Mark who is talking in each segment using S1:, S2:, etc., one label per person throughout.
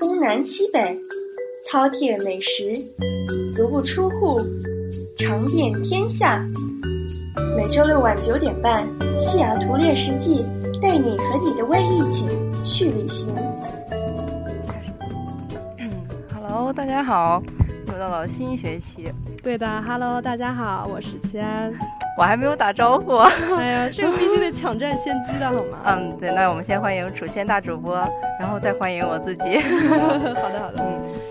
S1: 东南西北，饕餮美食，足不出户，尝遍天下。每周六晚九点半，《西雅图猎食记》带你和你的胃一起去旅行。
S2: Hello，大家好，又到了新一学期，
S3: 对的，Hello，大家好，我是 齐安。
S2: 我还没有打招呼。
S3: 哎呀，这个必须得抢占先机的好吗？
S2: 嗯，对，那我们先欢迎楚谦大主播，然后再欢迎我自己。
S3: 好的，好的。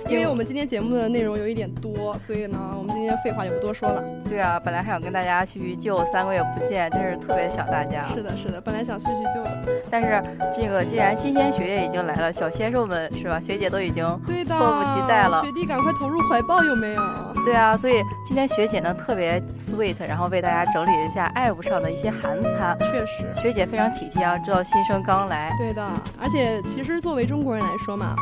S3: 因为我们今天节目的内容有一点多，所以呢，我们今天废话就不多说了。
S2: 对啊，本来还想跟大家叙叙旧，三个月不见，真是特别想大家。
S3: 是的，是的，本来想叙叙旧的。
S2: 但是这个既然新鲜血液已经来了，小鲜肉们是吧？学姐都已经
S3: 对的，
S2: 迫不及待了
S3: 学弟赶快投入怀抱，有没有？
S2: 对啊，所以今天学姐呢特别 sweet，然后为大家整理了一下爱物上的一些韩餐。
S3: 确实，
S2: 学姐非常体贴啊，知道新生刚来，
S3: 对的。而且其实作为中国人来说嘛，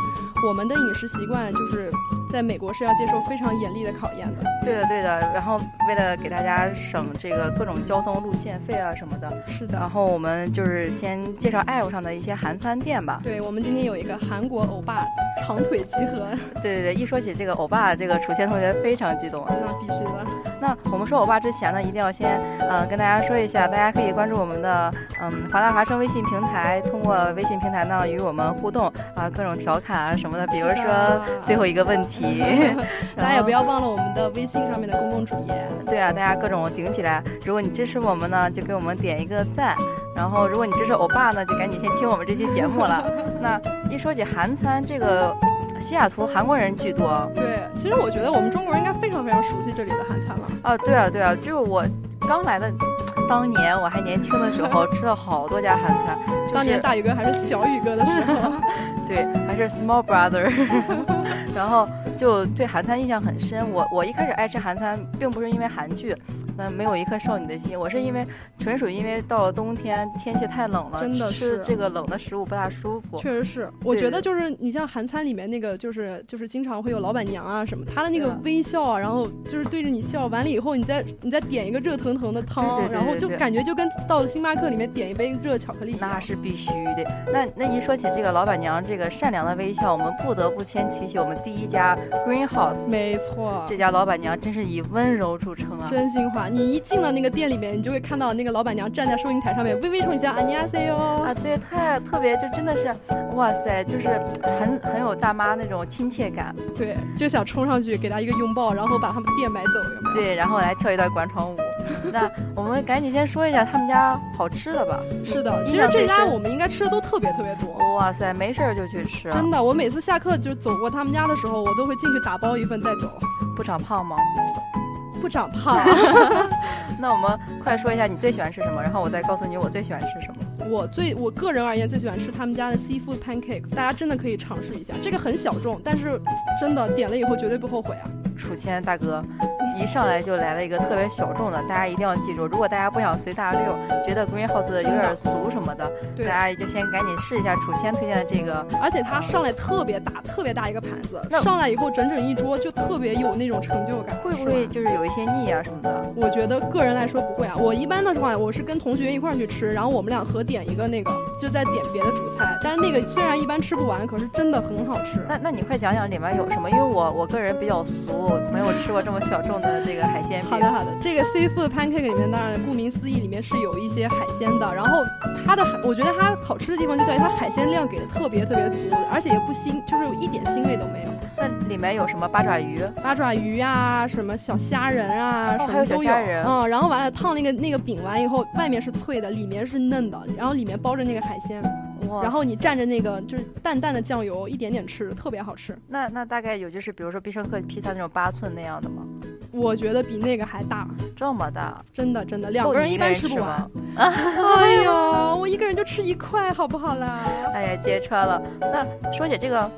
S3: 我们的饮食习惯就是在美国是要接受非常严厉的考验的。
S2: 对的对的。然后为了给大家省这个各种交通路线费啊什么的，
S3: 是
S2: 然。后我们就是先介绍爱物上的一些韩餐店吧。
S3: 对，我们今天有一个韩国欧巴长腿集合，
S2: 对对对，一说起这个欧巴，这个楚谦同学非常激动啊。
S3: 那必须的。
S2: 那我们说欧巴之前呢，一定要先呃跟大家说一下，大家可以关注我们的嗯华大华生微信平台，通过微信平台呢与我们互动啊，各种调侃啊什么的，比如
S3: 是的，
S2: 说最后一个问题
S3: 大家也不
S2: 要
S3: 要忘了我们的微信上面的公共主页。
S2: 对啊，大家各种顶起来。如果你支持我们呢，就给我们点一个赞。然后，如果你支持欧巴呢，就赶紧先听我们这期节目了。那一说起韩餐，这个西雅图韩国人居多，
S3: 对，其实我觉得我们中国人应该非常非常熟悉这里的韩餐了。
S2: 啊，对啊，对啊，就是我刚来的当年，我还年轻的时候，吃了好多家韩餐。就是、
S3: 当年大宇哥还是小宇哥的时候，
S2: 对，还是 Small Brother，然后就对韩餐印象很深。我我一开始爱吃韩餐，并不是因为韩剧，那没有一颗少女的心，我是因为纯属因为到了冬天天气太冷了，
S3: 真的
S2: 吃
S3: 是
S2: 这个冷的食物不大舒服。
S3: 确实是。我觉得就是你像韩餐里面那个，就是就是经常会有老板娘啊什么，她的那个
S2: 对啊
S3: 微笑啊，然后就是对着你笑，完了以后你再你再点一个热腾腾的汤，
S2: 对对对对
S3: 然后就
S2: 对
S3: 感觉就跟到了星巴克里面点一杯热巧克力一
S2: 那
S3: 样。
S2: 是必须的。那那一说起这个老板娘这个善良的微笑，我们不得不先提起我们第一家 Greenhouse。
S3: 没错。
S2: 这家老板娘真是以温柔著称啊！
S3: 真心话，你一进了那个店里面，你就会看到那个老板娘站在收银台上面，微微冲一下，안녕하세요。
S2: 啊，对，太特别，就真的是，哇塞，就是很很有大妈那种亲切感。
S3: 对，就想冲上去给他一个拥抱，然后把他们店买走，有没有？
S2: 对，然后来跳一段广场舞。那我们赶紧先说一下他们家好吃的 吧。
S3: 是的，
S2: 印
S3: 其实
S2: 象
S3: 这
S2: 最
S3: 家
S2: 深
S3: 我们应该吃的都特别特别多。
S2: 哇塞，没事儿就去吃，啊
S3: 真的，我每次下课就走过他们家的时候，我都会进去打包一份再走，
S2: 不长胖吗？
S3: 不长胖。啊
S2: 那我们快说一下你最喜欢吃什么，然后我再告诉你我最喜欢吃什么。
S3: 我最我个人而言最喜欢吃他们家的 seafood pancake，大家真的可以尝试一下，这个很小众，但是真的点了以后绝对不后悔啊。
S2: 楚谦大哥一上来就来了一个特别小众的，大家一定要记住，如果大家不想随大溜，觉得 Greenhouse 有点俗什么的，大
S3: 对
S2: 家就先赶紧试一下楚谦推荐的这个
S3: 而且它上来特别大，特别大一个盘子
S2: 那，
S3: 上来以后整整一桌就特别有那种成就感。
S2: 会不
S3: 是
S2: 会
S3: 吧？
S2: 就是有一些腻啊什么的？
S3: 我觉得个人来说不会啊，我一般的话我是跟同学一块儿去吃，然后我们俩合点一个那个，就再点别的主菜。但是那个虽然一般吃不完，可是真的很好吃。
S2: 那那你快讲讲里面有什么？因为我我个人比较俗，我没有吃过这么小众的这个海鲜
S3: 好
S2: 饼。
S3: 的好的，这个 seafood pancake 里面，当然顾名思义，里面是有一些海鲜的。然后它的海，我觉得它好吃的地方就在于它海鲜量给的特别特别足，而且也不腥，就是一点腥味都没有。
S2: 那里面有什么八爪鱼？
S3: 八爪鱼啊，什么小虾仁 啊，
S2: 哦
S3: 什
S2: 还有
S3: 么
S2: 小
S3: 都
S2: 虾仁
S3: 嗯，然后完了烫那个那个饼完以后，外面是脆的，里面是嫩的，然后里面包着那个海鲜，
S2: 哇
S3: 然后你蘸着那个就是淡淡的酱油，一点点吃，特别好吃。
S2: 那那大概有就是比如说必胜客披萨那种八寸那样的吗？
S3: 我觉得比那个还大，
S2: 这么大，
S3: 真的真的，两
S2: 够
S3: 个
S2: 哦你
S3: 人一
S2: 个
S3: 般吃不
S2: 吗
S3: 完。 哎呦，我一个人就吃一块，好不好啦？
S2: 哎呀，揭穿了。那说起这个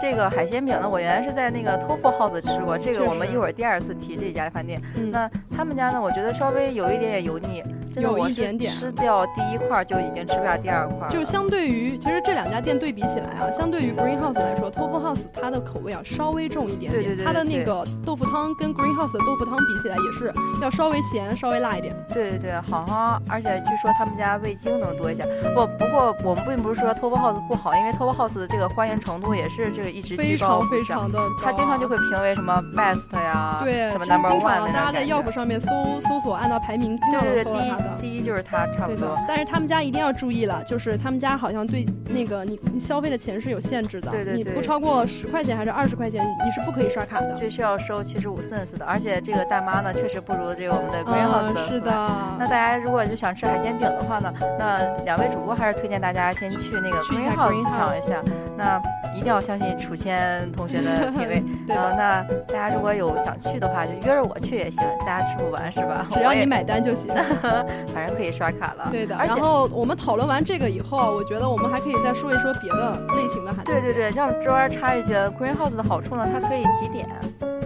S2: 这个海鲜饼呢，我原来是在那个 Tofu House 吃过。这个
S3: 确
S2: 我们
S3: 实
S2: 一会儿第二次提这家饭店。
S3: 嗯
S2: 那他们家呢，我觉得稍微有一点点油腻，真的
S3: 有
S2: 我
S3: 一
S2: 是
S3: 点点
S2: 吃掉第一块儿就已经吃不下第二块儿了。
S3: 就相对于，其实这两家店对比起来啊，啊，相对于 Greenhouse 来说，Tofu House 它的口味啊稍微重一点点，
S2: 对对对
S3: 它的
S2: 对
S3: 那个豆腐汤跟 Greenhouse 的豆腐汤比起来也是要稍微咸、稍微辣一点。
S2: 对对对，好好，而且据说他们家味精能多一些。不，不过我们并不是说 t o b House 不好，因为 t o b House 的这个欢迎程度也是这个一直
S3: 非
S2: 居高
S3: 常
S2: 不
S3: 非
S2: 下。
S3: 常的高，
S2: 他经常就会评为什么 best 呀，
S3: 对，
S2: 什么
S3: 就是
S2: number
S3: 经
S2: one 啊
S3: 常
S2: 的
S3: 大家在药谱
S2: 上，
S3: 上面搜搜索，按照排名
S2: 对
S3: 经常能
S2: 对
S3: 搜到它
S2: 对，
S3: 的。
S2: 第一第一就是他，差不
S3: 对的
S2: 多。，
S3: 但是他们家一定要注意了，就是他们家好像对那个你你消费的钱是有限制的，
S2: 对对
S3: 你
S2: 对
S3: 不超过十块钱还是二十块钱，你是不可以刷卡的。
S2: 这是要收七十五 cents 的，而且这个大妈呢，确实不如这个我们的 Greenhouse
S3: 嗯，
S2: 的。
S3: 是。
S2: 那
S3: 的，
S2: 大家如果就想吃海鲜饼的话呢，那两位主播还是推荐大家先去那个
S3: 去一下
S2: Greenhouse
S3: Greenhouse
S2: 尝一下。那一定要相信楚谦同学的品味。
S3: 对
S2: 然后
S3: 的，
S2: 那大家如果有想去的话，就约着我去也行，大家吃不完是吧？
S3: 只要
S2: 我也
S3: 你，买单就行。
S2: 反正可以刷卡了。
S3: 对的，
S2: 而
S3: 然
S2: 且
S3: 后我们讨论完这个以后啊，我觉得我们还可以再说一说别的类型的韩
S2: 对对对，像这边插一句，Greenhouse 的好处呢，它可以几点？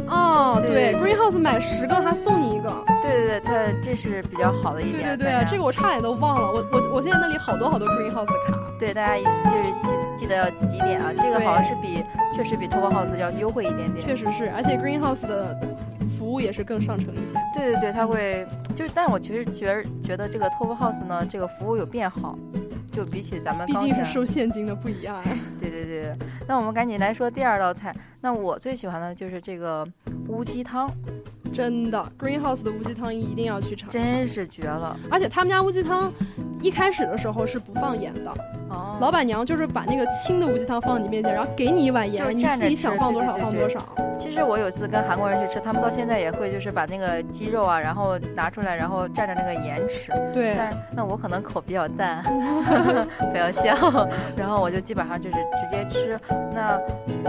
S2: 啊
S3: 对，哦，
S2: 对
S3: 对
S2: 对
S3: ，Greenhouse 买十个他送你一个，
S2: 对对对，它这是比较好的一
S3: 对
S2: 点。
S3: 对对啊
S2: 大，家
S3: 这个我差点都忘了，我我我现在那里好多好多 Greenhouse 的卡。
S2: 对大家一就是记记得要几点啊？这个好像是比确实比 t o b House 要优惠一点点。
S3: 确实是，而且 Greenhouse 的服务也是更上乘一些。
S2: 对对对，它会就是，但我其实觉觉得这个 t o b House 呢，这个服务有变好，就比起咱们啊
S3: 毕
S2: 刚
S3: 竟
S2: 进
S3: 是
S2: 来
S3: 收现金的不一样哎。
S2: 对对对，对那我们赶紧来说第二道菜。那我最喜欢的就是这个乌鸡汤，
S3: 真的，Greenhouse 的乌鸡汤一定要去尝，
S2: 真是绝了！
S3: 而且他们家乌鸡汤一开始的时候是不放盐的，
S2: 哦，
S3: 老板娘就是把那个清的乌鸡汤放你面前，然后给你一碗
S2: 就是
S3: 盐，你
S2: 蘸着
S3: 自己
S2: 吃
S3: 想放多
S2: 对
S3: 少
S2: 对
S3: 放
S2: 对
S3: 多少。
S2: 其实我有一次跟韩国人去吃，他们到现在也会就是把那个鸡肉啊，然后拿出来，然后蘸着那个盐吃。
S3: 对，
S2: 但那我可能口比较 淡，不要笑。然后我就基本上就是直接吃。那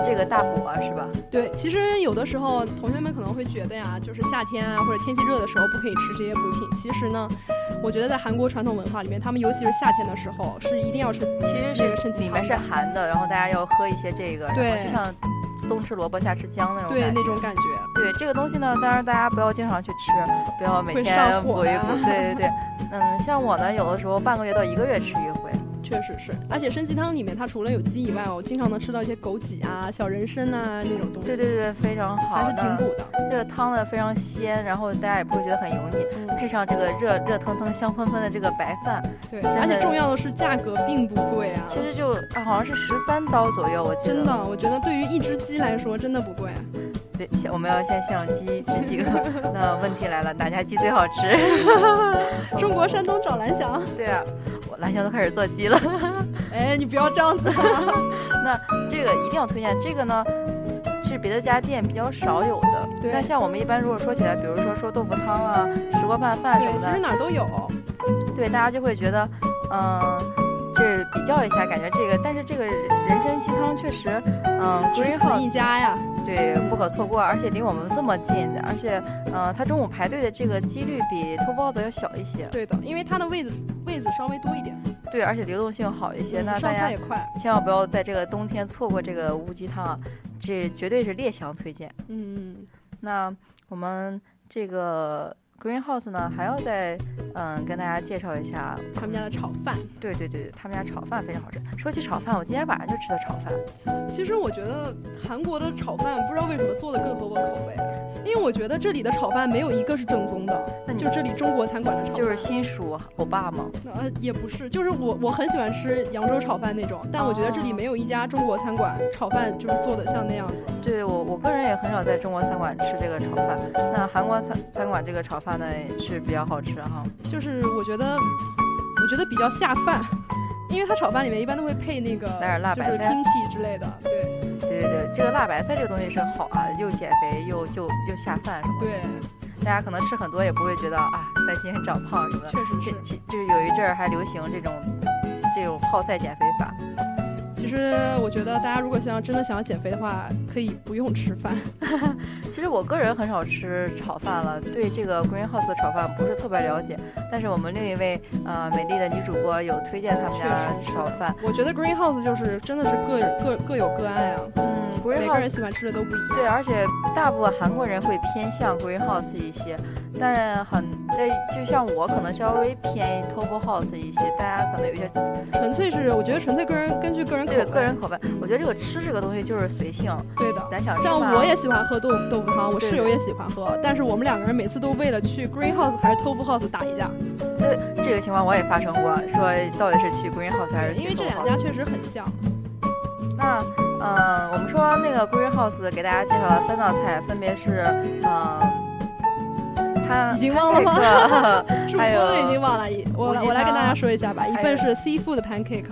S2: 这个大补啊，是吧？
S3: 对，其实有的时候同学们可能会觉得呀，就是夏天啊或者天气热的时候不可以吃这些补品。其实呢，我觉得在韩国传统文化里面，他们尤其是夏天的时候是一定要吃
S2: 其实
S3: 这
S2: 是
S3: 个参鸡
S2: 里
S3: 汤
S2: 面是
S3: 的
S2: 寒的，然后大家要喝一些这个，然后
S3: 对
S2: 就像冬吃萝卜夏吃姜那种
S3: 对
S2: 感觉
S3: 那种感觉。
S2: 对这个东西呢，当然大家不要经常去吃，不要每
S3: 会
S2: 天
S3: 上
S2: 补
S3: 火啊
S2: 一
S3: 呀
S2: 补。对对对，嗯，像我呢，有的时候半个月到一个月吃一回。
S3: 确实是，而且参鸡汤里面它除了有鸡以外哦，我经常能吃到一些枸杞啊、小人参啊那种东西，
S2: 对对对，非常好。
S3: 还是挺
S2: 那
S3: 补的。
S2: 这个汤呢非常鲜，然后大家也不会觉得很油腻，配上这个热热腾腾、香喷喷的这个白饭，
S3: 对，
S2: 真的
S3: 而且重要的是价格并不贵啊，
S2: 其实就、啊、好像是十三刀左右，我记得。
S3: 真的，我觉得对于一只鸡来说真的不贵。啊
S2: 对，先我们要先向 鸡致敬。那问题来了，哪家鸡最好吃？
S3: 中国山东找蓝 翔，
S2: 对啊，我蓝翔都开始做鸡了。
S3: 哎，你不要这样子。
S2: 这个一定要推荐。这个呢是别的家店比较少有的。
S3: 对
S2: 那像我们一般如果说起来，比如说说豆腐汤啊、石锅拌饭什
S3: 对，
S2: 么
S3: 其实
S2: 的，
S3: 哪儿都有。
S2: 对大家就会觉得，嗯、这比较一下，感觉这个，但是这个人参鸡汤确实，嗯
S3: 只此一
S2: ，Greenhouse
S3: 家呀，
S2: 对不可错过，而且离我们这么近，而且，呃，它中午排队的这个几率比偷包子要小一些，
S3: 对的，因为它的位子位子稍微多一点，
S2: 对，而且流动性好一些。那
S3: 嗯
S2: 大
S3: 上菜
S2: 家
S3: 也快。
S2: 千万不要在这个冬天错过这个乌鸡汤啊，这绝对是列强推荐。
S3: 嗯，嗯
S2: 那我们这个 Greenhouse 呢，还要再嗯跟大家介绍一下
S3: 他们家的炒饭。
S2: 对对对，他们家炒饭非常好吃。说起炒饭，我今天晚上就吃的炒饭。
S3: 其实我觉得韩国的炒饭不知道为什么做的更合我口味，因为我觉得这里的炒饭没有一个是正宗的，
S2: 那你
S3: 就这里中国餐馆的炒
S2: 嗯
S3: 饭，
S2: 就是新蜀欧巴嘛，
S3: 呃也不是，就是我我很喜欢吃扬州炒饭那种，但我觉得
S2: 哦
S3: 这里没有一家中国餐馆炒饭就是做的像那样子。
S2: 对我我个人也很少在中国餐馆吃这个炒饭。那韩国餐餐馆这个炒饭呢也是比较好吃哈。
S3: 就是我觉得，我觉得比较下饭，因为它炒饭里面一般都会配那个
S2: 来点辣
S3: 呃就
S2: 白
S3: 是
S2: 菜
S3: kimchi 之类的，对
S2: 对对对，这个辣白菜这个东西是好啊，又减肥又就又下饭什么的。
S3: 对，
S2: 大家可能吃很多也不会觉得啊担心长胖什么的。
S3: 确实
S2: 这
S3: 是。
S2: 这就是有一阵儿还流行这种这种泡菜减肥法。
S3: 其实我觉得大家如果想真的想要减肥的话，可以不用吃饭。
S2: 其实我个人很少吃炒饭了，对这个 Greenhouse 的炒饭不是特别了解。但是我们另一位呃美丽的女主播有推荐他们家的
S3: 确实是
S2: 炒饭，嗯
S3: 我觉得 Greenhouse 就是真的是各各各有各爱啊，
S2: 嗯
S3: 每个人
S2: ，Greenhouse
S3: 喜欢吃的都不一样。
S2: 对，而且大部分韩国人会偏向 Greenhouse 一些，但很在就像我可能稍微偏 Topo House 一些，大家可能有一些
S3: 纯粹是我觉得纯粹个人根据个人口
S2: 对
S3: 味
S2: 个人口味。我觉得这个吃这个东西就是随性，
S3: 对的。
S2: 咱想吃
S3: 像
S2: 嘛
S3: 我也喜欢喝豆腐豆腐汤，我
S2: 对
S3: 室友也喜欢喝，但是我们两个人每次都为了去 Green House 还是 Tofu House 打一架，
S2: 对这个情况我也发生过，说到底是去 Green House 还是去
S3: 因为这
S2: Topo
S3: 两
S2: House
S3: 家确实很像。
S2: 那呃，我们说那个 Greenhouse 给大家介绍了三道菜，分别是呃，它
S3: 已经忘了吗
S2: 吗？
S3: 主
S2: 还
S3: 播
S2: 有
S3: 都已经忘了，一我
S2: 乌鸡
S3: 我来跟大家
S2: 汤
S3: 说一下吧，一
S2: 还有
S3: 份是 seafood pancake，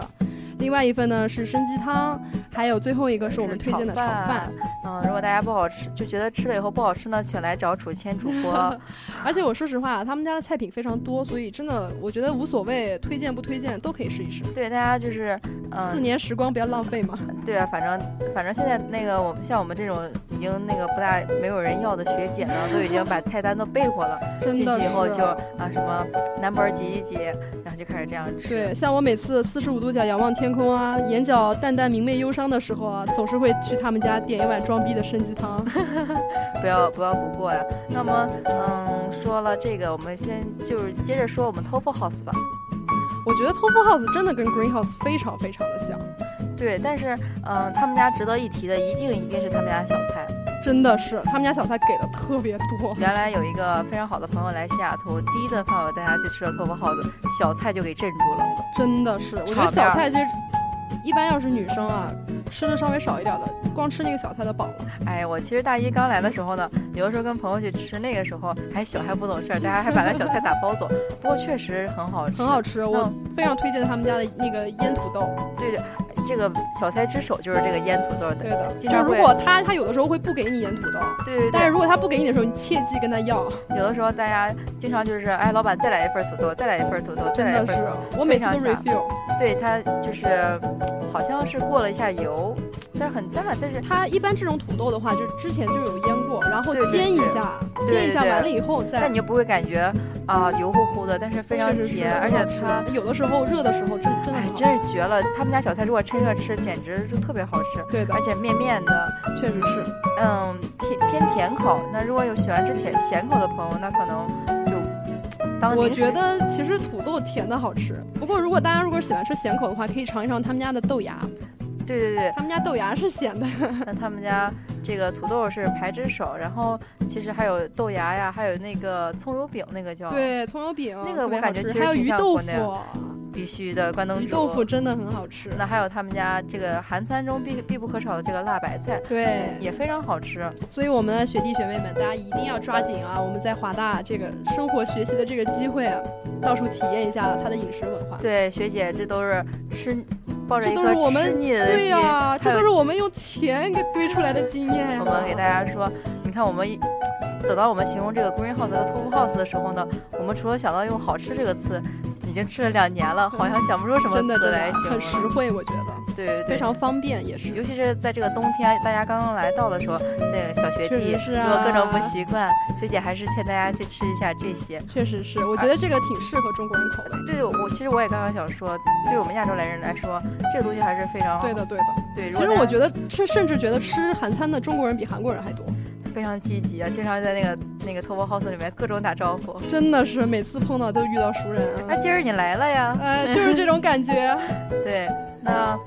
S3: 另外一份呢是参鸡汤，还有最后一个 是我们推荐的炒饭。。
S2: 嗯，如果大家不好吃，就觉得吃了以后不好吃呢，请来找楚谦主 播。
S3: 而且我说实话，啊他们家的菜品非常多，所以真的我觉得无所谓，推荐不推荐都可以试一试。
S2: 对，大家就是
S3: 四
S2: 嗯，
S3: 年时光不要浪费嘛。
S2: 对啊，反正反正现在那个我们像我们这种已经那个不大没有人要的学姐呢，都已经把菜单都背过了，
S3: 真
S2: 进
S3: 的
S2: 去以
S3: 是
S2: 后就啊什么南门挤一挤，然后就开始这样吃。
S3: 对，像我每次四十五度角仰望天空啊，眼角淡淡明媚忧伤的时候啊，总是会去他们家点一碗装逼的参鸡汤。
S2: 不要不要不过呀。那么，嗯，说了这个，我们先就是接着说我们 Tofu House 吧。
S3: 我觉得 Tofu House 真的跟 Green House 非常非常的像，
S2: 对，但是，嗯，他们家值得一提的，一定一定是他们家的小菜。
S3: 真的是他们家小菜给的特别多。
S2: 原来有一个非常好的朋友来西雅图，第一顿饭我带他去吃了 Tofu House，小菜就给镇住了。
S3: 真的是，我觉
S2: 炒
S3: 得
S2: 面
S3: 小
S2: 儿
S3: 菜其实一般要是女生啊，吃的稍微少一点的，光吃那个小菜都饱了。
S2: 哎，我其实大一刚来的时候呢，有的时候跟朋友去吃，那个时候还小还不懂事儿，大家还把那小菜打包走。不过确实很好吃，
S3: 很好吃，我
S2: 嗯
S3: 非常推荐他们家的那个腌土豆。
S2: 对，这个小菜之首就是这个腌土豆
S3: 对
S2: 的。
S3: 的，
S2: 经
S3: 就是
S2: 常
S3: 如
S2: 会
S3: 果他他有的时候会不给你腌土豆，
S2: 对对对。
S3: 但是如果他不给你的时候，你切记跟他要。
S2: 有的时候大家经常就是，哎，老板再来一份土豆，再来一份土豆，再
S3: 真
S2: 来
S3: 的
S2: 一份
S3: 是
S2: 土豆。，
S3: 我每次
S2: 非常
S3: 都
S2: 像
S3: refill。
S2: 对，它就是好像是过了一下油，但是很淡，但是
S3: 它一般这种土豆的话，就是之前就有腌过，然后
S2: 对对
S3: 煎一
S2: 对
S3: 下，
S2: 对
S3: 煎一下
S2: 对
S3: 完了以后再
S2: 但你。就不会感觉啊、油乎乎的，但是非常
S3: 确实是
S2: 甜，而
S3: 很
S2: 且
S3: 好吃
S2: 它。
S3: 有的时候热的时候真真的
S2: 哎
S3: 很，好
S2: 真
S3: 吃。
S2: 是绝了！他们家小菜如果趁热吃，简直就特别好吃，
S3: 对的
S2: 而，且面面的，
S3: 确实是。
S2: 嗯，偏偏甜口。那如果有喜欢吃甜咸口的朋友，那可能就当
S3: 我
S2: 零食
S3: 觉得其实土豆甜的好吃，不过如果大家如果喜欢吃咸口的话，可以尝一尝他们家的豆芽，
S2: 对对对，
S3: 他们家豆芽是咸 的。
S2: 那他们家这个土豆是排之首，然后其实还有豆芽呀，还有那个葱油饼，那个叫
S3: 对，葱油饼
S2: 那个
S3: 特别
S2: 我感觉
S3: 好吃
S2: 其实
S3: 还有
S2: 挺
S3: 鱼
S2: 像
S3: 豆
S2: 国
S3: 腐
S2: 内，必须的关东
S3: 鱼
S2: 煮。
S3: 豆腐真的很好吃。
S2: 那还有他们家这个韩餐中必必不可少的这个辣白菜，
S3: 对，
S2: 也非常好吃。
S3: 所以我们的学弟学妹们，大家一定要抓紧啊！我们在华大这个生活学习的这个机会，啊到处体验一下它的饮食文化。
S2: 对，学姐，这都是吃抱着
S3: 这
S2: 一
S3: 都是
S2: 颗
S3: 我
S2: 吃
S3: 们
S2: 腻的
S3: 对
S2: 心。
S3: 呀、这
S2: 还有
S3: 都是我们用钱给堆出来的经验呀、
S2: 我们给大家说，你看我们一等到我们形容这个 green house 和 tofu house 的时候呢，我们除了想到用好吃这个词，已经吃了两年了，好像想不出什么
S3: 真的
S2: 词
S3: 真
S2: 来
S3: 的
S2: 形容
S3: 很实
S2: 了。
S3: 惠，我觉得
S2: 对对对，
S3: 非常方便，也是
S2: 尤其是在这个冬天，大家刚刚来到的时候，那个小学
S3: 确
S2: 弟
S3: 实是
S2: 如果各种不
S3: 啊
S2: 习惯，学姐还是劝大家去吃一下这些。
S3: 确实是，
S2: 啊
S3: 我觉得这个挺适合中国人口味。
S2: 对我，其实我也刚刚想说，对我们亚洲来人来说，这个东西还是非常
S3: 对的，对的。
S2: 对。
S3: 其实我觉
S2: 得
S3: 得，甚甚至觉得吃韩餐的中国人比韩国人还多，
S2: 非常积极啊，经常在那个那个 t o house 里面各种打招呼。
S3: 真的是每次碰到都遇到熟人
S2: 啊，
S3: 啊，
S2: 今儿你来了呀？
S3: 哎，就是这种感觉。
S2: 对，那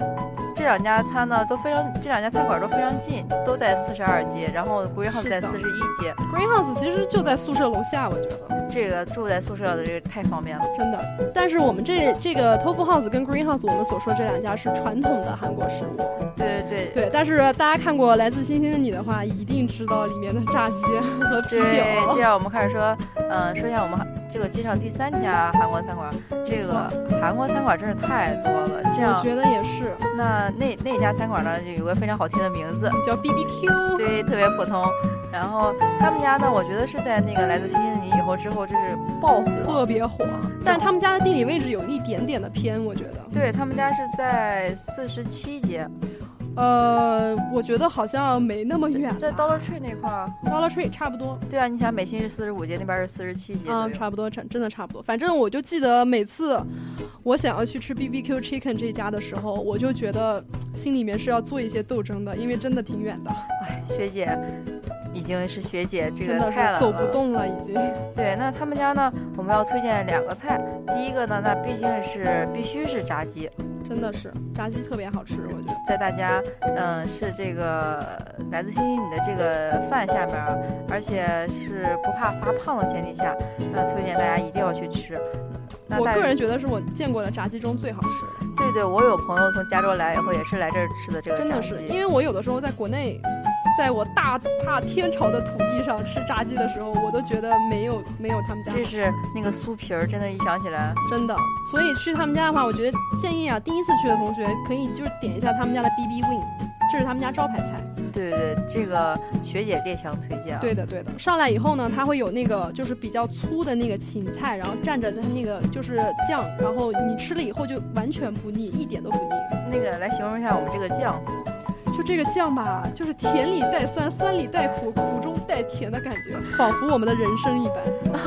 S2: 这两家餐呢都非常，这两家餐馆都非常近，都在四十二街，然后 green house
S3: 是
S2: 在
S3: 的
S2: 四十一街。
S3: Greenhouse 其实就在宿舍楼下，我觉得。
S2: 这个住在宿舍的这个太方便了。
S3: 真的。但是我们这这个 Tofu House 跟 Green House，我们所说这两家是传统的韩国食物。
S2: 对对对。
S3: 对，但是大家看过《来自星星的你》的话，一定知道里面的炸鸡啊和啤
S2: 对，这
S3: 酒。
S2: 样我们开始说，嗯、说一下我们这个街上第三家韩国餐馆，这个韩国餐馆真是太多了。这
S3: 我
S2: 样，
S3: 觉得也是，
S2: 那那那家餐馆呢，就有个非常好听的名字，
S3: 叫 BBQ。
S2: 对，特别普通。然后他们家呢，我觉得是在那个《来自星星的你》以后之后，就是爆火。
S3: 特别火，但是他们家的地理位置有一点点的偏，我觉得。
S2: 对他们家是在四十七街，
S3: 呃，我觉得好像没那么远吧。
S2: 在 Dollar Tree 那块儿。
S3: Dollar Tree 差不多，
S2: 对啊，你想美心是四十五街，那边是四十七街左右。
S3: 嗯，差不多，真真的差不多。反正我就记得每次我想要去吃 B B Q Chicken 这家的时候，我就觉得心里面是要做一些斗争的，因为真的挺远的。
S2: 哎学姐，已经是学姐这
S3: 真
S2: 个
S3: 的
S2: 太
S3: 是
S2: 了
S3: 走不动了，已经。
S2: 对，那他们家呢，我们要推荐两个菜。第一个呢，那毕竟是必须是炸鸡，
S3: 真的是炸鸡特别好吃，我觉得。
S2: 在大家嗯、呃是这个呃来自星星你的这个饭下面儿，而且是不怕发胖的前提下，那推荐大家一定要去吃。那
S3: 我
S2: 大
S3: 个人觉得是我见过的炸鸡中最好吃的，
S2: 对对，我有朋友从加州来以后也是来这儿吃的这个
S3: 真
S2: 炸
S3: 的
S2: 鸡
S3: 是，因为我有的时候在国内，在我大大天朝的土地上吃炸鸡的时候，我都觉得没有没有他们家好
S2: 这是那个酥皮儿，真的，一想起来，
S3: 真的。所以去他们家的话，我觉得建议啊，第一次去的同学可以就是点一下他们家的 BB Wing，这是他们家招牌菜。
S2: 对对对，这个学姐列强推荐啊。
S3: 对的，对的。上来以后呢，它会有那个就是比较粗的那个芹菜，然后蘸着它那个就是酱，然后你吃了以后就完全不腻，一点都不腻。
S2: 那个来形容一下我们这个酱，
S3: 就这个酱吧，就是甜里带酸，酸里带苦，苦中带甜的感觉，仿佛我们的人生一般。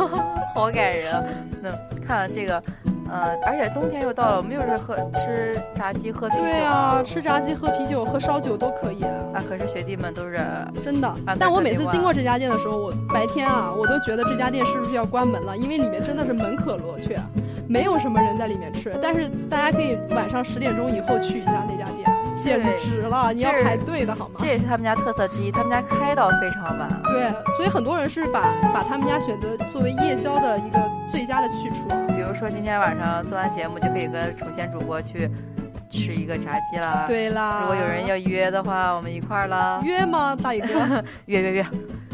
S2: 好感人啊。那看了这个，呃，而且冬天又到了，我们又是喝吃炸鸡喝啤酒。
S3: 对啊，吃炸鸡、喝啤酒、喝烧酒都可以、啊，
S2: 啊，可是学弟们都是
S3: 真的
S2: 那。
S3: 但我
S2: 肯
S3: 每
S2: 定
S3: 次
S2: 啊
S3: 经过这家店的时候，我白天啊，我都觉得这家店是不是要关门了，因为里面真的是门可罗雀，没有什么人在里面吃。但是大家可以晚上十点钟以后去一下那家店，简
S2: 对
S3: 直了，你要
S2: 这是
S3: 排队的好吗
S2: 这？也是他们家特色之一。他们家开到非常晚，
S3: 对，所以很多人是把把他们家选择作为夜宵的一个最佳的去处。啊
S2: 比如说今天晚上做完节目就可以跟楚贤主播去吃一个炸鸡啦。，
S3: 对啦，
S2: 如果有人要约的话，我们一块儿啦。
S3: 约吗，大 宇哥？
S2: 约约约。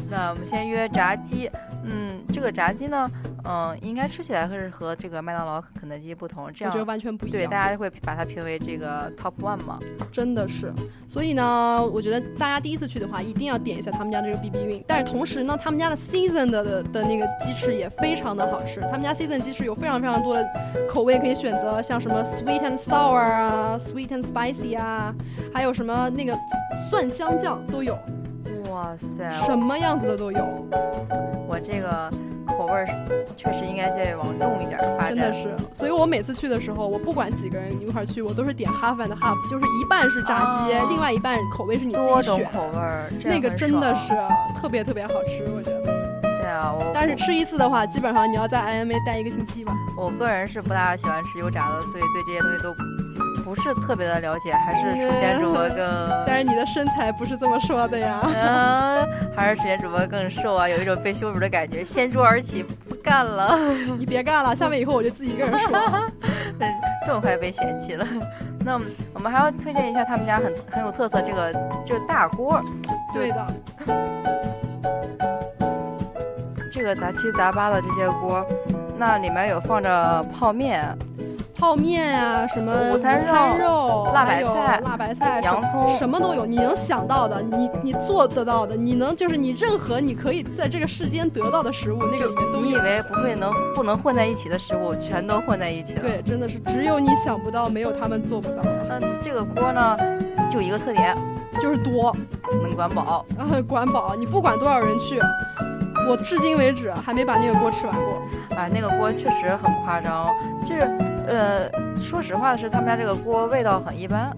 S2: 那我们先约炸鸡，嗯，这个炸鸡呢，嗯，应该吃起来会是和这个麦当劳、肯德基不同，这
S3: 我觉得
S2: 样
S3: 完全不一样。
S2: 对大家会把它评为这个 top one 嘛。
S3: 真的是，所以呢，我觉得大家第一次去的话，一定要点一下他们家这个 BB Wing。但是同时呢，他们家的 season 的的的那个鸡翅也非常的好吃。他们家 season 鸡翅有非常非常多的口味可以选择，像什么 sweet and sour 啊，sweet and spicy 啊，还有什么那个蒜香酱都有，
S2: 哇塞，
S3: 什么样子的都有，
S2: 我这个口味儿是确实应该再往重一点儿发
S3: 真的
S2: 展。
S3: 是。所以我每次去的时候，我不管几个人一块儿去，我都是点 half and half，就是一半是炸鸡，
S2: 啊
S3: 另外一半口味是你自
S2: 多
S3: 己
S2: 种
S3: 选。
S2: 口味儿，这样
S3: 那个
S2: 很
S3: 真的
S2: 爽
S3: 是特别特别好吃，我觉得。
S2: 对啊，我
S3: 但是吃一次的话，基本上你要在 IMA 待一个星期吧。
S2: 我个人是不大喜欢吃油炸的，所以对这些东西都不是特别的了解，还是楚贤主播更
S3: 嗯 但是你的身材不是这么说的呀。
S2: 嗯，还是史前主播更瘦啊，有一种被羞辱的感觉，掀桌而起，不干了，
S3: 你别干了，下面以后我就自己一个人说。
S2: 这么快被嫌弃了。 那我们还要推荐一下他们家很很有特色这个这个大锅，
S3: 对的，
S2: 这个杂七杂八的这些锅，那里面有放着泡面、
S3: 泡面啊，什么
S2: 午餐
S3: 餐
S2: 肉
S3: 肉
S2: 辣白
S3: 还有
S2: 菜
S3: 辣白菜、
S2: 洋
S3: 哎什么
S2: 葱
S3: 什么都有，你能想到的，你你做得到的，你能就是你任何你可以在这个世间得到的食物，那个里面都有。
S2: 你以为不会能不能混在一起的食物，全都混在一起了。
S3: 对，真的是只有你想不到，没有他们做不到，
S2: 那这个锅呢，就一个特点，
S3: 就是多。
S2: 能管饱。
S3: 啊， 管饱，你不管多少人去，我至今为止还没把那个锅吃完过。
S2: 啊，那个锅确实很夸张，这呃，说实话是他们家这个锅味道很一般，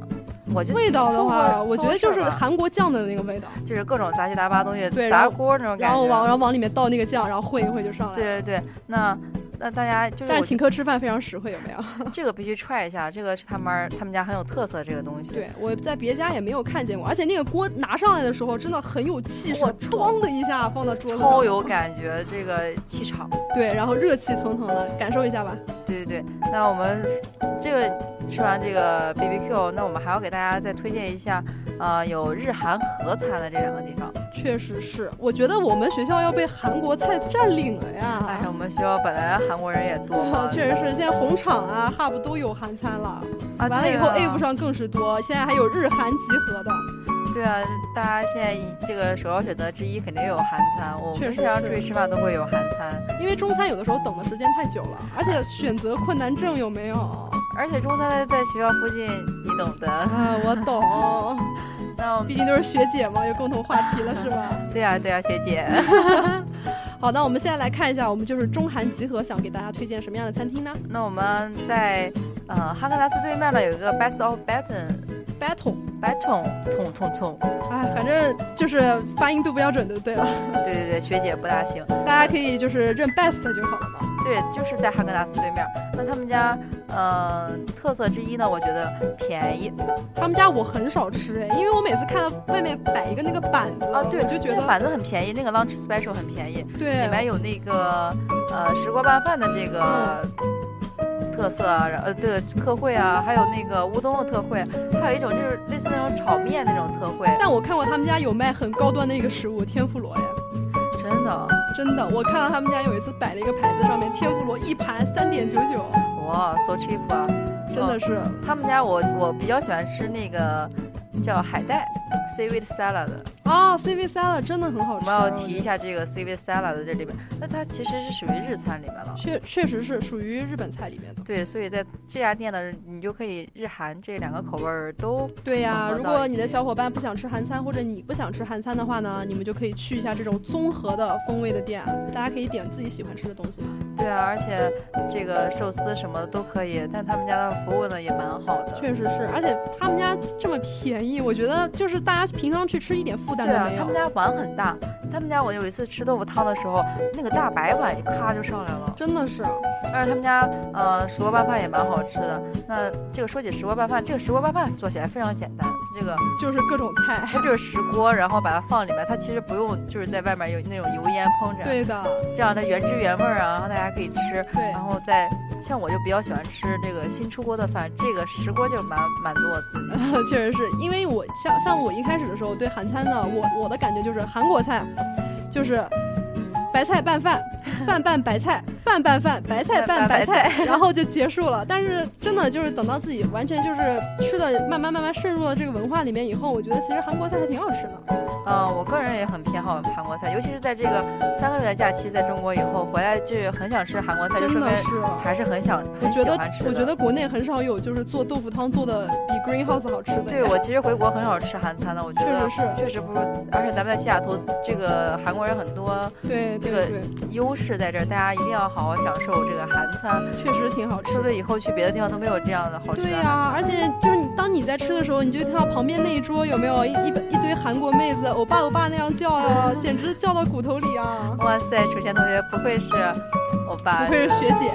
S2: 我觉得
S3: 味道的话，
S2: 凑合
S3: 我觉得就是
S2: 凑合吃吧
S3: 韩国酱的那个味道，
S2: 就是各种杂七杂八东西
S3: 对然
S2: 砸
S3: 后
S2: 锅那种感
S3: 然后往然
S2: 觉。啊
S3: 后往里面倒那个酱，然后烩一烩就上来。，
S2: 对对对，那那大家就是
S3: 但
S2: 我
S3: 是请客吃饭非常实惠，有 没有？
S2: 这个必须 try 一下，这个是他们儿他们家很有特色这个东西。，
S3: 对，我在别家也没有看见过，而且那个锅拿上来的时候真的很有气势，
S2: 我操
S3: 咣的一下放到桌子上，
S2: 超有感觉，这个气场。
S3: 对，然后热气腾腾的，感受一下吧。
S2: 对对对，那我们这个吃完这个 BBQ，那我们还要给大家再推荐一下，呃，有日韩合餐的这两个地方。
S3: 确实是，我觉得我们学校要被韩国菜占领了呀。
S2: 哎呀，我们学校本来韩国人也多嘛，
S3: 啊 确实是，现在红场啊、hub 都有韩餐了。
S2: 啊，
S3: 完了
S2: 对
S3: 以后
S2: 啊
S3: App 上更是多，现在还有日韩集合的，
S2: 对啊，大家现在这个首要选择之一肯定有韩餐，我
S3: 确
S2: 们
S3: 实
S2: 平常
S3: 是
S2: 出去吃饭都会有韩餐，
S3: 因为中餐有的时候等的时间太久了，而且选择困难症有没有？啊，
S2: 而且中餐在学校附近，你懂的。
S3: 我懂，
S2: 那我们
S3: 嗯 毕竟都是学姐嘛，有共同话题了是 吧？
S2: 对啊对啊，学姐，
S3: 好，那我们现在来看一下，我们就是中韩集合，想给大家推荐什么样的餐厅呢？
S2: 那我们在呃哈根达斯对面呢有一个 Best of Baton
S3: battle，
S2: 白桶桶桶桶，
S3: 哎，反正就是发音不标准就对了。
S2: 对对对，学姐不大行。
S3: 大家可以就是认 best 就好了嘛。
S2: 对，就是在哈根达斯对面。那他们家，呃，特色之一呢，我觉得便宜
S3: 他们家我很少吃哎，因为我每次看到外面摆一个那个板子，
S2: 啊，对，
S3: 我就觉
S2: 那个
S3: 得
S2: 板子很便宜，那个 lunch special 很便宜，
S3: 对，啊
S2: 里面有那个呃石锅拌饭的这个
S3: 嗯
S2: 特色啊，然呃对特惠啊，还有那个乌冬的特惠，还有一种就是类似那种炒面那种特惠，
S3: 但我看过他们家有卖很高端的一个食物天妇罗呀，
S2: 真的
S3: 真的，我看到他们家有一次摆了一个牌子，上面天妇罗一盘三点九九，
S2: 哇，so cheap 啊！
S3: 真的是。
S2: 他们家我我比较喜欢吃那个叫海带 seaweed salad。
S3: 啊、c v salad 真的很好
S2: 我
S3: 吃。
S2: 们要提一下这个 CV salad 在这里边，那它其实是属于日餐里面了。
S3: 确确实是属于日本菜里面的。
S2: 对，所以在这家店呢，你就可以日韩这两个口味儿都
S3: 对呀、
S2: 混合
S3: 如
S2: 到
S3: 果
S2: 一
S3: 你
S2: 起
S3: 的小伙伴不想吃韩餐，或者你不想吃韩餐的话呢，你们就可以去一下这种综合的风味的店，大家可以点自己喜欢吃的东西嘛。
S2: 对啊，而且这个寿司什么的都可以，但他们家的服务呢也蛮好的。
S3: 确实是，而且他们家这么便宜，我觉得就是大家平常去吃一点负担
S2: 对
S3: 都
S2: 啊
S3: 没，有。
S2: 他们家碗很大，他们家我有一次吃豆腐汤的时候，那个大白碗咔就上来了。
S3: 真的是，
S2: 但是他们家呃石锅拌饭也蛮好吃的。那这个说起石锅拌饭，这个石锅拌饭做起来非常简单，这个
S3: 就是各种菜。
S2: 它就是石锅，然后把它放里面，它其实不用就是在外面有那种油烟烹着，
S3: 对的，
S2: 这样它原汁原味儿啊，然后大家可以吃。
S3: 对
S2: 然，后再像我就比较喜欢吃这个新出锅的饭，这个石锅就满满足我自 己。
S3: 确实是因为我像像我一开始的时候对韩餐呢，我我的感觉就是韩国菜就是白菜拌饭，饭拌白菜，饭拌饭，白菜拌白菜，然后就结束了。但是真的就是等到自己完全就是吃的慢慢慢慢渗入了这个文化里面以后，我觉得其实韩国菜还挺好吃的。
S2: 呃，我个人也很偏好韩国菜，尤其是在这个三个月的假期在中国以后回来，就是很想吃韩国菜，就
S3: 真
S2: 说明
S3: 的是。
S2: 还是很想
S3: 我
S2: 很
S3: 觉
S2: 喜
S3: 得
S2: 欢吃的。
S3: 我觉得国内很少有就是做豆腐汤做的比 Greenhouse 好吃的。
S2: 对我其实回国很少吃韩餐的，我觉
S3: 确
S2: 得
S3: 实是，
S2: 确实不如，而且咱们在西雅图这个韩国人很多
S3: 对
S2: 这
S3: 对
S2: 个
S3: 对，
S2: 优势在这儿，大家一定要好好享受这个韩餐，
S3: 确实挺好吃
S2: 说
S3: 的
S2: 不。定以后去别的地方都没有这样的好吃的。
S3: 对呀、而且就是你当你在吃的时候，你就看到旁边那一桌有没有一一本一堆韩国妹子，欧巴欧巴那样叫呀，简直叫到骨头 里啊！
S2: 哇塞，楚谦同学不愧是欧巴，
S3: 不愧是学姐，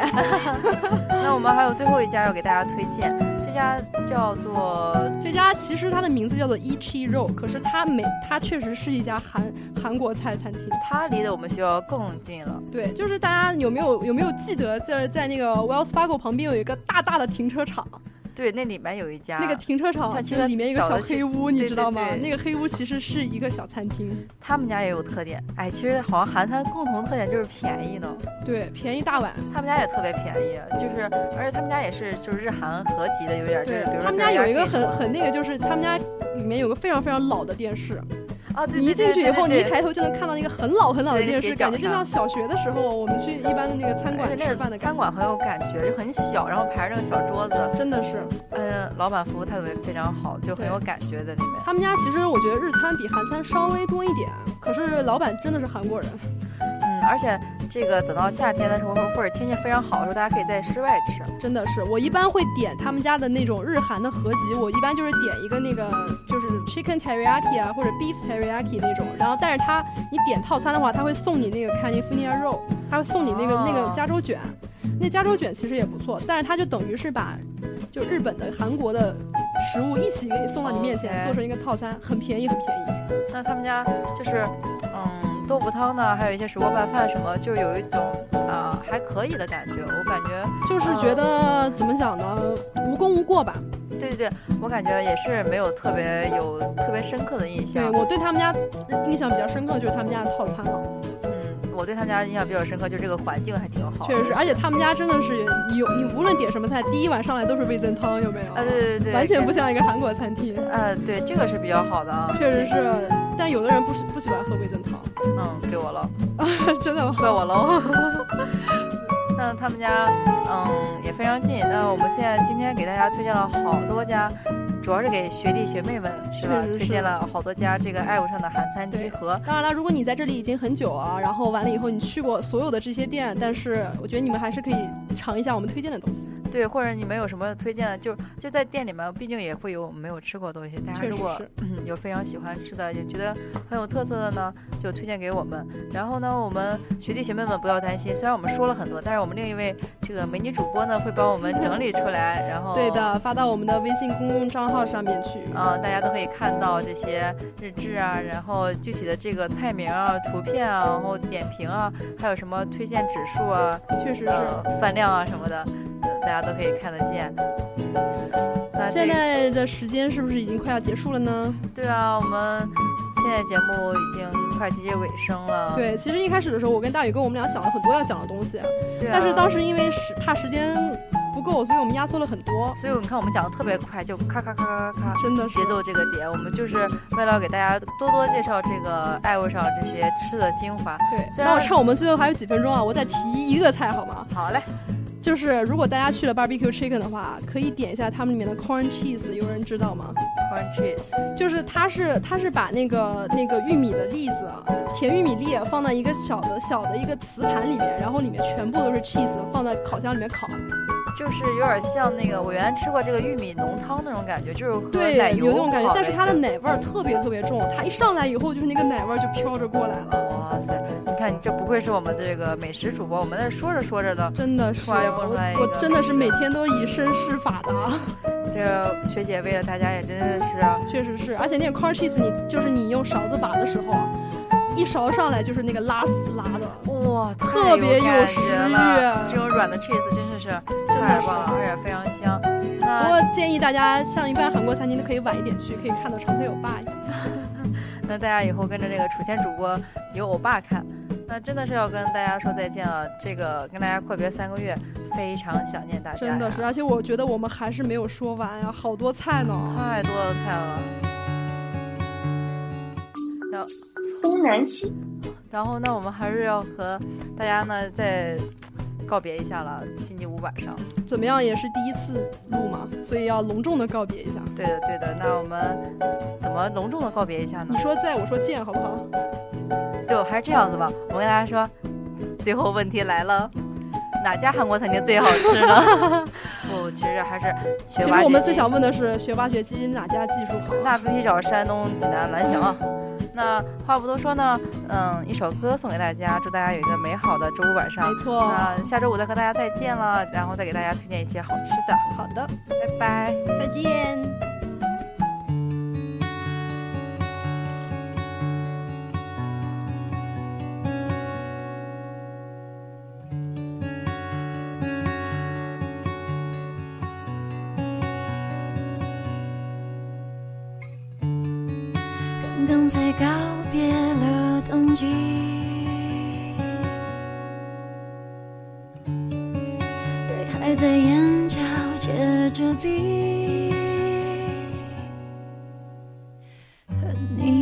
S2: 那我们还有最后一家要给大家推荐，这家叫做
S3: 这家其实它的名字叫做一七肉，可是它每它确实是一家韩韩国菜餐厅。
S2: 它离得我们学校更近了，
S3: 对，就是大家有没有有没有记得，就是在那个 Wells Fargo 旁边有一个大大的停车场，
S2: 对，那里面有一家，
S3: 那个停车场
S2: 像
S3: 就
S2: 其他
S3: 是里面一个
S2: 啊小
S3: 小
S2: 的
S3: 黑屋，
S2: 对
S3: 你
S2: 对
S3: 知道吗？
S2: 对嗯
S3: 那个黑屋其实是一个小餐厅。
S2: 他们家也有特点，哎，其实好像韩餐共同特点就是便宜呢，
S3: 对，便宜大碗。
S2: 他们家也特别便宜，就是而且他们家也是就是日韩合集的，有点就是
S3: 对
S2: 比如说
S3: 他们
S2: 这
S3: 家有
S2: 家
S3: 一个
S2: 可以
S3: 很
S2: 说
S3: 很那个，就是他们家里面有个非常非常老的电视，
S2: 啊，对
S3: 你一进去以后，你
S2: 对对对
S3: 一。
S2: 对对
S3: 抬头就能看到那个很老很老的
S2: 对
S3: 电视，
S2: 斜
S3: 感觉
S2: 角
S3: 就像小学的时候我们去一般的那个餐
S2: 而且
S3: 馆吃
S2: 那
S3: 饭
S2: 个
S3: 的
S2: 餐
S3: 感
S2: 馆很有感觉，就很小，然后排着那个小桌子，
S3: 觉，真的是。
S2: 嗯，老板服务态度也非常好，就很有感觉在里面。
S3: 他们家其实我觉得日餐比韩餐稍微多一点，可是老板真的是韩国人，
S2: 嗯，而且这个等到夏天的时候，或者天气非常好的时候，大家可以在室外吃。
S3: 真的是。我一般会点他们家的那种日韩的合集，我一般就是点一个那个就是 chicken teriyaki 啊或者 beef teriyaki 那种，然后但是他你点套餐的话，他会送你那个 California roll，他会送你那个、
S2: 哦
S3: 那个加州卷，那加州卷其实也不错，但是它就等于是把就日本的、韩国的食物一起给你送到你面前
S2: OK
S3: 做成一个套餐，很便宜，很便宜。
S2: 那他们家就是，嗯，豆腐汤呢，还有一些石锅拌饭什么，就是有一种啊、还可以的感觉。我感觉，
S3: 就是觉得怎么讲呢，无功无过吧。
S2: 对对对，我感觉也是没有特别有特别深刻的印
S3: 对
S2: 象。
S3: 我对他们家印象比较深刻就是他们家的套餐了，
S2: 嗯，我对他们家印象比较深刻，就是这个环境还挺好的。
S3: 确实是，而且哎他们家真的是你有你无论点什么菜，第一碗上来都是味增汤，有没有？
S2: 啊，对对对，
S3: 完全不
S2: 跟。
S3: 像一个韩国餐厅。
S2: 呃，对，这个是比较好的啊，
S3: 确实是，但有的人不喜不喜欢喝味增汤，
S2: 嗯，给我了，
S3: 真的吗？
S2: 怪我喽。 那他们家，嗯，也非常近。那我们现在今天给大家推荐了好多家主要是给学弟学妹们是吧？
S3: 确实是
S2: 推荐了好多家这个爱物上的韩餐集
S3: 对
S2: 合。
S3: 当然了，如果你在这里已经很久啊，然后完了以后你去过所有的这些店，但是我觉得你们还是可以尝一下我们推荐的东西。
S2: 对，或者你们有什么推荐的，就就在店里面，毕竟也会有我们没有吃过的东西。大家
S3: 确
S2: 如
S3: 实
S2: 果
S3: 是，
S2: 嗯有非常喜欢吃的，也觉得很有特色的呢，就推荐给我们。然后呢，我们学弟学妹们不要担心，虽然我们说了很多，但是我们另一位这个美女主播呢会帮我们整理出来，然后
S3: 对。的，发到我们的微信公众账号上面去。
S2: 哦啊、大家都可以看到这些日志啊，然后具体的这个菜名啊、图片啊，然后点评啊，还有什么推荐指数啊，
S3: 确实
S2: 呃
S3: 是，
S2: 饭量啊什么的，呃，大家都可以看得见。那这
S3: 现
S2: 个
S3: 在的时间是不是已经快要结束了呢？
S2: 对啊，我们现在节目已经快接近尾声了。
S3: 对，其实一开始的时候，我跟大宇哥我们俩想了很多要讲的东西，
S2: 对啊，
S3: 但是当时因为时怕时间不够，所以我们压缩了很多。
S2: 所以你看我们讲的特别快，就咔咔咔咔咔咔。
S3: 真的是
S2: 节奏这个点，我们就是为了给大家多多介绍这个爱物上这些吃的精华。
S3: 对，
S2: 虽然
S3: 那我趁我们最后还有几分钟啊，我再提一个菜好吗？
S2: 好嘞，
S3: 就是如果大家去了 barbecue chicken 的话，可以点一下他们里面的 corn cheese，有人知道吗？
S2: corn cheese，
S3: 就是它是它是把那个那个玉米的粒子，啊甜玉米粒放在一个小的小的一个瓷盘里面，然后里面全部都是 cheese，放在烤箱里面烤。
S2: 就是有点像那个我原来吃过这个玉米浓汤那种感觉，就是和
S3: 对
S2: 奶，油
S3: 有那种感觉
S2: 烤，
S3: 但是它的
S2: 一下
S3: 奶味儿特别特别重，它一上来以后就是那个奶味儿就飘着过来了，
S2: 哇哦塞，你看你这不愧是我们这个美食主播，我们那说着说着呢，
S3: 真的是
S2: 突然又蹦出来一
S3: 我
S2: 个
S3: 我真的是每天都以身试法的，啊
S2: 这学姐为了大家也真的是
S3: 确实是，而且那个 corn cheese 你就是你用勺子拔的时候，一勺上来就是那个拉丝拉的，
S2: 哇，太
S3: 特别
S2: 有感
S3: 有
S2: 觉
S3: 食
S2: 了
S3: 欲啊
S2: 这种软的 cheese 真的是
S3: 真
S2: 太
S3: 的是。
S2: 棒了，而且非常香。
S3: 不
S2: 那
S3: 过建议大家像一般韩国餐厅都可以晚一点去，可以看到长腿欧巴。
S2: 那大家以后跟着这个楚谦主播有欧巴看，那真的是要跟大家说再见了。这个跟大家阔别三个月，非常想念大家呀，
S3: 真的是，而且我觉得我们还是没有说完呀、好多菜呢。
S2: 太多的菜了。
S1: 东南西
S2: 然后呢，我们还是要和大家呢再告别一下了。星期五晚上，
S3: 怎么样也是第一次录嘛，所以要隆重的告别一下。
S2: 对的对的，那我们怎么隆重的告别一下呢
S3: 你？说在，我说见，好不
S2: 嗯
S3: 好？
S2: 对，我还是这样子吧。我跟大家说，最后问题来了，哪家韩国餐厅最好吃 呢？不，其实还是
S3: 其
S2: 学
S3: 实
S2: 挖
S3: 我们
S2: 掘
S3: 最
S2: 机
S3: 想问的是，学挖掘机哪家技术好？
S2: 那必须找山东济南蓝翔 啊。那话不多说呢，嗯，一首歌送给大家，祝大家有一个美好的周五晚上
S3: 没。错，
S2: 那下周五再和大家再见了，然后再给大家推荐一些好吃的，
S3: 好的，
S2: 拜拜。
S3: 再见。
S4: 刚刚才告别了冬季，泪还在眼角结着冰，和你。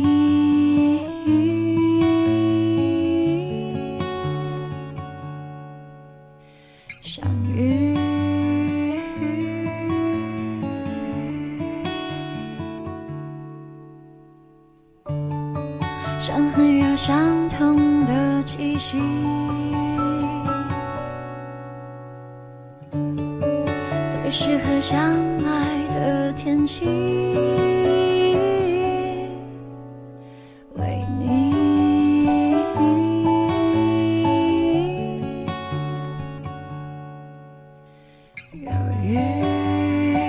S4: 相遇。伤痕有相同的气息。最适合相爱的天气，为你忧郁。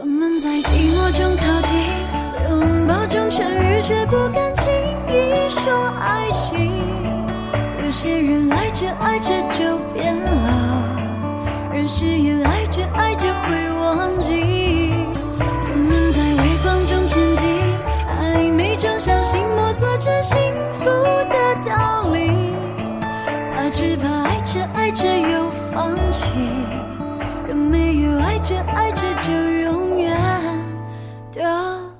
S4: 我们在寂寞中靠近，被拥抱中痊愈，却不敢轻易说爱情。有些人爱着爱着就变了，人誓言爱着爱着会忘记。我们在微光中前进，暧昧中小心摸索着幸福的道理，怕只怕爱着爱着又放弃。有没有爱着爱着就永远的